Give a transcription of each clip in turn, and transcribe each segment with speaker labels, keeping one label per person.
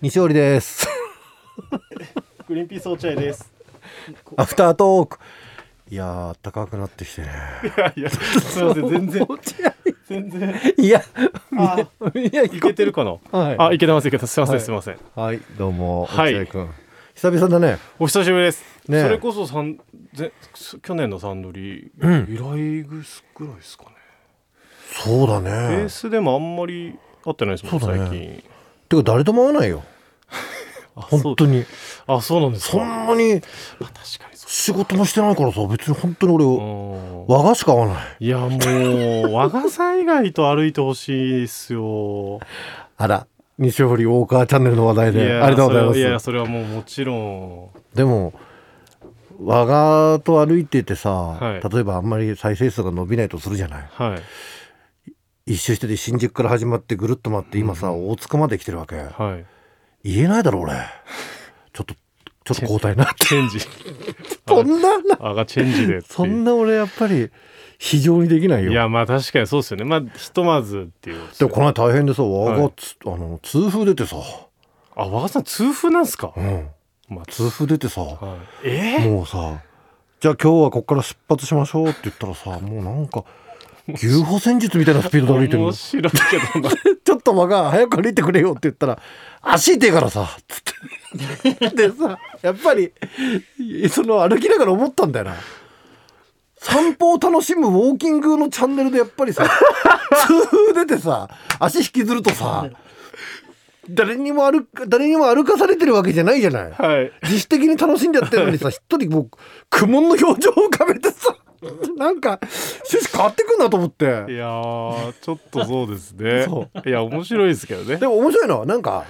Speaker 1: 西織 です。
Speaker 2: グリーンピースお茶屋です。
Speaker 1: アフタートーク。いやー、暖かくなってきてね。
Speaker 2: いやいや、すいません、全然、全然。
Speaker 1: いや、
Speaker 2: あ、
Speaker 1: いや、
Speaker 2: いけてるかな。
Speaker 1: はい
Speaker 2: あ、いけてます、いけてます、すいませ
Speaker 1: は
Speaker 2: ん、
Speaker 1: い
Speaker 2: すいません。
Speaker 1: はい、どうも、
Speaker 2: はい
Speaker 1: 落合君。久々だね。
Speaker 2: お久しぶりです。
Speaker 1: ねえ
Speaker 2: それこそ、さん、ぜ、去年のサンドリ
Speaker 1: うん
Speaker 2: ー、以来ぐらいですかね。
Speaker 1: そうだ
Speaker 2: ベ
Speaker 1: ね
Speaker 2: ー。スでもあんまり会ってないですもん、
Speaker 1: そうだね
Speaker 2: 最近。
Speaker 1: てか、誰とも会わないよ。
Speaker 2: あ、そ
Speaker 1: 本
Speaker 2: う
Speaker 1: 当に。
Speaker 2: あ、そうなんです
Speaker 1: そ
Speaker 2: か。
Speaker 1: んなに
Speaker 2: あ確かにそ
Speaker 1: 仕事もしてないからさ、別に本当に俺、
Speaker 2: う。うん
Speaker 1: 和菓子買わない。
Speaker 2: いやもう和傘以外と歩いてほしいです よ。
Speaker 1: あら、西堀ウォーカーチャンネルの話題
Speaker 2: い
Speaker 1: で、
Speaker 2: や
Speaker 1: ありがとうございま
Speaker 2: それはいや
Speaker 1: す。
Speaker 2: それはもうもちろん。
Speaker 1: でも我がと歩いててさ、
Speaker 2: はい
Speaker 1: 例えばあんまり再生数が伸びないとするじゃない
Speaker 2: はい
Speaker 1: 一周してて新宿から始まってぐるっと回って今さ、大塚まで来てるわけ
Speaker 2: はい。
Speaker 1: 言えないだろ俺ちょっとちょっと交代なって
Speaker 2: チェンジ。
Speaker 1: そんなな
Speaker 2: あがチェンジでっていう
Speaker 1: そんな俺やっぱり非常にできないよ
Speaker 2: いやまあ確かにそうですよねまあひとまずっていうことです
Speaker 1: で
Speaker 2: よ
Speaker 1: もこの間大変でさ我が、
Speaker 2: はい
Speaker 1: つあの痛風出てさ、
Speaker 2: あ和賀さん痛風なんすか
Speaker 1: う、ん、
Speaker 2: まあ、
Speaker 1: 痛風出てさ、
Speaker 2: はい、えー、
Speaker 1: もうさじゃあ今日はこっから出発しましょうって言ったらさもうなんか牛歩戦術みたいなスピードで歩いてるの
Speaker 2: 面白いけどな
Speaker 1: ちょっと間が早く歩いてくれよって言ったら足痛いからさつってでさやっぱりその歩きながら思ったんだよな散歩を楽しむウォーキングのチャンネルでやっぱりさ痛風出てさ足引きずるとさ誰にも歩く誰にも歩かされてるわけじゃないじゃない
Speaker 2: はい
Speaker 1: 自主的に楽しんでやってるのにさ一人もう苦悶の表情を浮かべてさなんか趣旨変わってくんなと思っ
Speaker 2: い
Speaker 1: て
Speaker 2: やーちょっと そうですね
Speaker 1: そ
Speaker 2: いや面白いですけどね
Speaker 1: でも面白いのはなんか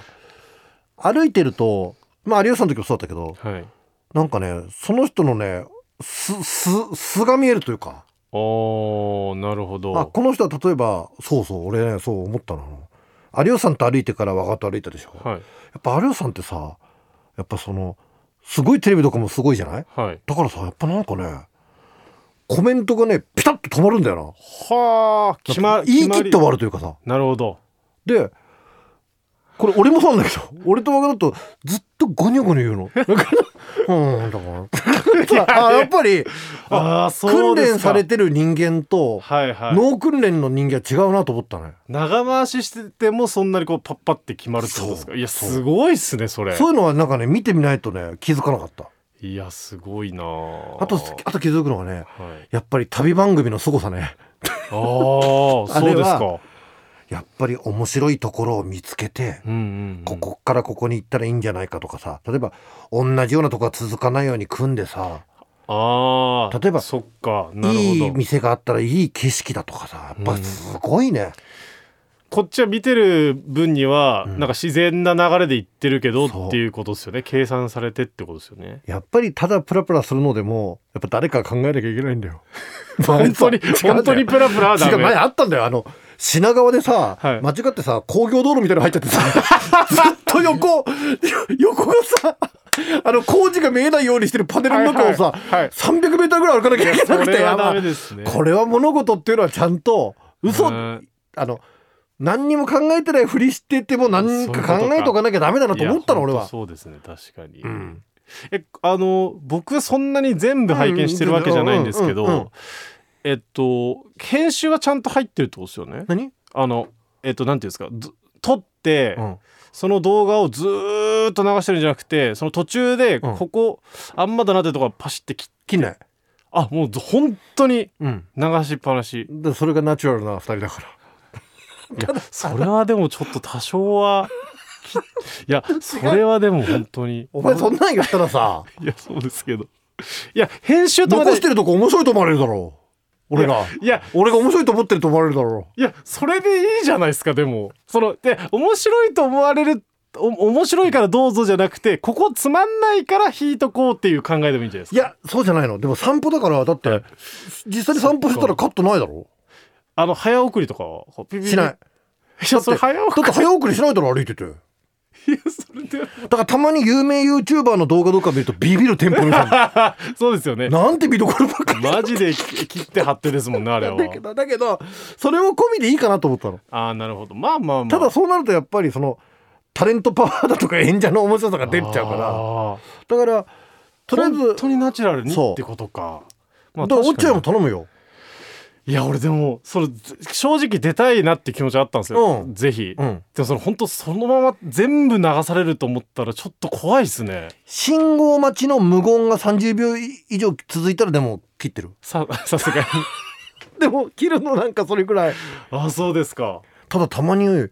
Speaker 1: 歩いてるとまあ有吉さんの時もそうだったけど
Speaker 2: はい
Speaker 1: なんかねその人のね素素素が見えるというか
Speaker 2: おーなるほど
Speaker 1: あこの人は例えばそうそう俺ねそう思ったの有吉さんと歩いてから我がと歩いたでしょや
Speaker 2: はい
Speaker 1: っぱ有吉さんってさやっぱそのすごいテレビとかもすごいじゃない
Speaker 2: はい
Speaker 1: だからさやっぱなんかねコメントがねピタッと止まるんだよな
Speaker 2: はあ決ま
Speaker 1: 言い切って
Speaker 2: り
Speaker 1: 終わるというかさ
Speaker 2: なるほど
Speaker 1: でこれ俺もそうなんだけど俺と若だとずっとゴニョゴニョ言うのだからうんだ からあやっぱり
Speaker 2: ああーそ
Speaker 1: 訓
Speaker 2: うです
Speaker 1: 練
Speaker 2: か
Speaker 1: されてる人間と
Speaker 2: はいはい
Speaker 1: 脳訓練の人間は違うなと思ったね、
Speaker 2: 長回ししててもそんなにこうパッパって決まるってことですか
Speaker 1: そう
Speaker 2: いや
Speaker 1: そう
Speaker 2: すごいっすねそれ
Speaker 1: そういうのはなんかね見てみないとね気づかなかった
Speaker 2: いやすごいなあ
Speaker 1: あとあと気づくのはね
Speaker 2: はい、
Speaker 1: やっぱり旅番組の凄さね
Speaker 2: ああ そう
Speaker 1: あれ
Speaker 2: です
Speaker 1: は
Speaker 2: か、
Speaker 1: やっぱり面白いところを見つけて
Speaker 2: うんうんうん、
Speaker 1: ここからここに行ったらいいんじゃないかとかさ例えば同じようなとこは続かないように組んでさ
Speaker 2: ああ
Speaker 1: 例えば
Speaker 2: そっかなるほど
Speaker 1: いい店があったらいい景色だとかさやっぱすごいね、
Speaker 2: こっちは見てる分には、
Speaker 1: うん
Speaker 2: なんか自然な流れでいってるけど
Speaker 1: そう
Speaker 2: っていうことですよね計算されてってことです よね
Speaker 1: やっぱりただプラプラするのでもやっぱ誰かが考えなきゃいけないん だよ
Speaker 2: 本当に
Speaker 1: 違うんだよ
Speaker 2: 本当にプラプラはダ
Speaker 1: 違う前
Speaker 2: メ
Speaker 1: あったんだよあの品川でさ、
Speaker 2: はい
Speaker 1: 間違ってさ工業道路みたいなの入っちゃってさ ずっと横よ横がさあの工事が見えないようにしてるパネルの中をさ、
Speaker 2: はいはいはい
Speaker 1: 300メーターぐらい歩かなきゃいけ
Speaker 2: そ
Speaker 1: なくて
Speaker 2: れはダ
Speaker 1: やば
Speaker 2: メ
Speaker 1: い
Speaker 2: ですね
Speaker 1: これは物事っていうのはちゃんと嘘、
Speaker 2: うん
Speaker 1: あの何にも考えてないふりしてても何か考えとかなきゃダメだなと思ったの
Speaker 2: いや
Speaker 1: 俺
Speaker 2: 本
Speaker 1: は
Speaker 2: 当。そうですね確かに、
Speaker 1: うん
Speaker 2: えあの僕はそんなに全部拝見してるわけじゃないんですけど、
Speaker 1: うんうんうんうん
Speaker 2: えっと編集はちゃんと入ってるってことですよね
Speaker 1: 何、
Speaker 2: あのえっとなんていうんですかず撮って、
Speaker 1: うん
Speaker 2: その動画をずーっと流してるんじゃなくてその途中で
Speaker 1: うん
Speaker 2: ここ、あんまだなってとかパシって切っ
Speaker 1: 切んない。
Speaker 2: あもうず本当に
Speaker 1: うん。
Speaker 2: 流しっぱなし
Speaker 1: でそれがナチュラルな二人だから。
Speaker 2: いやそれはでもちょっと多少はきいやそれはでも本当に
Speaker 1: お前そんなん言ったら さ、
Speaker 2: いやそうですけどいや編集とか
Speaker 1: 残し
Speaker 2: で
Speaker 1: てるとこ面白いと思われるだろう。俺が。
Speaker 2: いや
Speaker 1: 俺が面白いと思ってると思われるだろ
Speaker 2: いやそれでいいじゃないですかでもそので面白いと思われるお面白いからどうぞじゃなくてここつまんないから引いとこうっていう考えでもいいんじゃないです
Speaker 1: う。
Speaker 2: か
Speaker 1: いや、そうじゃないの。でも散歩だから、だって、実際に散歩したらカットないだろ
Speaker 2: あの早送りとかはこうピピピ
Speaker 1: しない。
Speaker 2: いやそれ早
Speaker 1: だ
Speaker 2: 送
Speaker 1: って早送りしないだろ、歩いてて。だ
Speaker 2: り いやそれで
Speaker 1: からたまに有名 YouTuber の動画とか見るとビビるテンポ見 た
Speaker 2: そうですよね
Speaker 1: なんて見どころばっかり。
Speaker 2: マジでき切って貼ってですもんねあれは
Speaker 1: だけど、だけど、それも込みでいいかなと思ったの。
Speaker 2: ああなるほどまあまあまあ
Speaker 1: ただそうなるとやっぱりそのタレントパワーだとか演者の面白さが出ちゃうから
Speaker 2: ら
Speaker 1: だからとりあえず
Speaker 2: 本当にナチュラルに
Speaker 1: そう
Speaker 2: ってことか。ま
Speaker 1: だ
Speaker 2: あ
Speaker 1: から落合も
Speaker 2: 確か
Speaker 1: 頼むよ
Speaker 2: にいや俺でもそれ正直出たいなって気持ちあったんですよ、
Speaker 1: うん
Speaker 2: ぜひ、
Speaker 1: うん
Speaker 2: でもその本当そのまま全部流されると思ったらちょっと怖いですね
Speaker 1: 信号待ちの無言が30秒以上続いたらでも切ってる
Speaker 2: さ さすが に
Speaker 1: でも切るのなんかそれくらい
Speaker 2: あそうですか
Speaker 1: ただたまに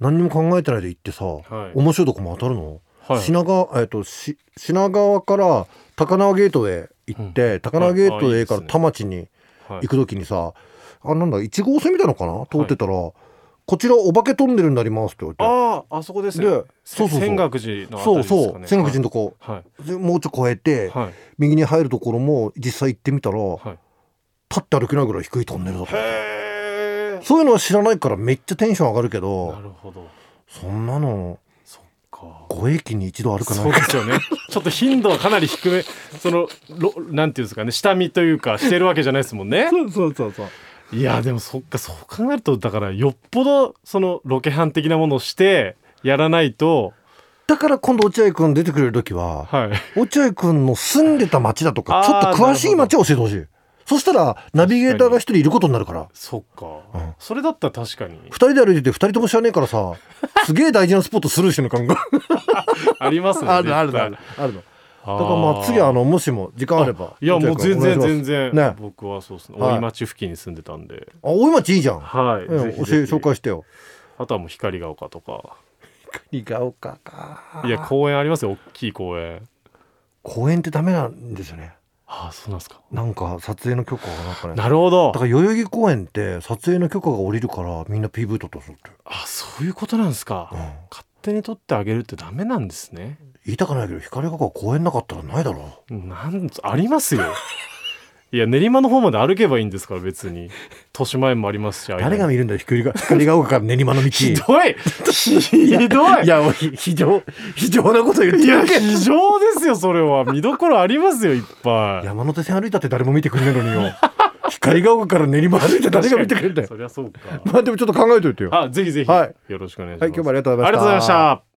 Speaker 1: 何にも考えてないで行ってさ、
Speaker 2: い
Speaker 1: 面白いとこも当たるの、
Speaker 2: はい
Speaker 1: 品川えっ、とし品川から高輪ゲートへ行って、高輪ゲート
Speaker 2: はいあ
Speaker 1: へ
Speaker 2: いいです
Speaker 1: から
Speaker 2: ね
Speaker 1: 田町に
Speaker 2: はい
Speaker 1: 行く時にさ、あなんだ1号線みたいのかな通ってたら、こちらお化けトンネルになります」って言われて
Speaker 2: あああそこですね
Speaker 1: でそうそうそう
Speaker 2: 千岳寺のあたり
Speaker 1: そ
Speaker 2: で
Speaker 1: う
Speaker 2: すか
Speaker 1: そう
Speaker 2: ね
Speaker 1: 千岳寺のとこ、
Speaker 2: はい
Speaker 1: でもうちょい越えて、
Speaker 2: はい
Speaker 1: 右に入るところも実際行ってみたら、
Speaker 2: はい
Speaker 1: 立って歩けないぐらい低いトンネルだった
Speaker 2: へえ
Speaker 1: そういうのは知らないからめっちゃテンション上がるけど
Speaker 2: なるほど
Speaker 1: そんなの
Speaker 2: そっか
Speaker 1: 5駅に一度あるかな
Speaker 2: そうですよね。 ちょっと頻度はかなり低め、その、ろなんていうんですかね、下見というか、してるわけじゃないですもんね。
Speaker 1: そうそうそうそう
Speaker 2: いや、でも、そっか、そう考えると、だから、よっぽど、その、ロケハン的なものをして、やらないと。
Speaker 1: だから今度落合君出てくれる時は、
Speaker 2: はい。
Speaker 1: 落合君の住んでた町だとか
Speaker 2: あー
Speaker 1: ちょっと詳しい町を教えてほしいそしたらナビゲーターが一人いることになるから
Speaker 2: そっか、
Speaker 1: うん
Speaker 2: それだったら、確かに
Speaker 1: 二。人で歩いてて二人とも知らねえから さすげえ大事なスポットスルーしてる感が
Speaker 2: あります ね。
Speaker 1: あるあるある
Speaker 2: 絶対
Speaker 1: あるのだからまあ次はあ。のもしも時間あれば
Speaker 2: いや、もう、全然、全然、
Speaker 1: ね
Speaker 2: 僕は、そうですね。
Speaker 1: はい
Speaker 2: 大井町付近に住んでたんで。
Speaker 1: あ大井町いいじゃん、
Speaker 2: はい。
Speaker 1: うん
Speaker 2: ぜひ
Speaker 1: 教え
Speaker 2: ぜひ
Speaker 1: 紹介してよ
Speaker 2: あとは、もう、光が丘とか。
Speaker 1: 光が丘か
Speaker 2: いや、公園ありますよ。大きい公園。
Speaker 1: 公園ってダメなんですよね
Speaker 2: ああ、そうなんですか。
Speaker 1: なんか撮影の許可がなんかね
Speaker 2: なるほど
Speaker 1: だ。から代々木公園って撮影の許可が下りるからみんな PV 撮ったそうって、
Speaker 2: あそういうことなんですか、
Speaker 1: うん
Speaker 2: 勝手に取ってあげるってダメなんですね
Speaker 1: 言いたくないけど光が丘公園なかったらないだろ
Speaker 2: なんありま すよいや練馬の方まで歩けばいいんですから別 に豊島園もありますし
Speaker 1: 誰が
Speaker 2: 間
Speaker 1: 見
Speaker 2: に
Speaker 1: るんだよ光が光が丘から練馬の道
Speaker 2: ひどいひどい
Speaker 1: いやおい非常非常なこと言ってるわけ
Speaker 2: 非常ですよそ れは見どころありますよいっぱい
Speaker 1: 山手線歩いたって誰も見てくれないのに よ光が丘から練馬歩いて誰が見てくれるんだよ
Speaker 2: そりゃそうか
Speaker 1: まあでもちょっと考えといてよ
Speaker 2: あぜひぜひ、
Speaker 1: は
Speaker 2: よろしくお願いしま
Speaker 1: は
Speaker 2: す、
Speaker 1: い今日もありがとうございました
Speaker 2: ありがとうございました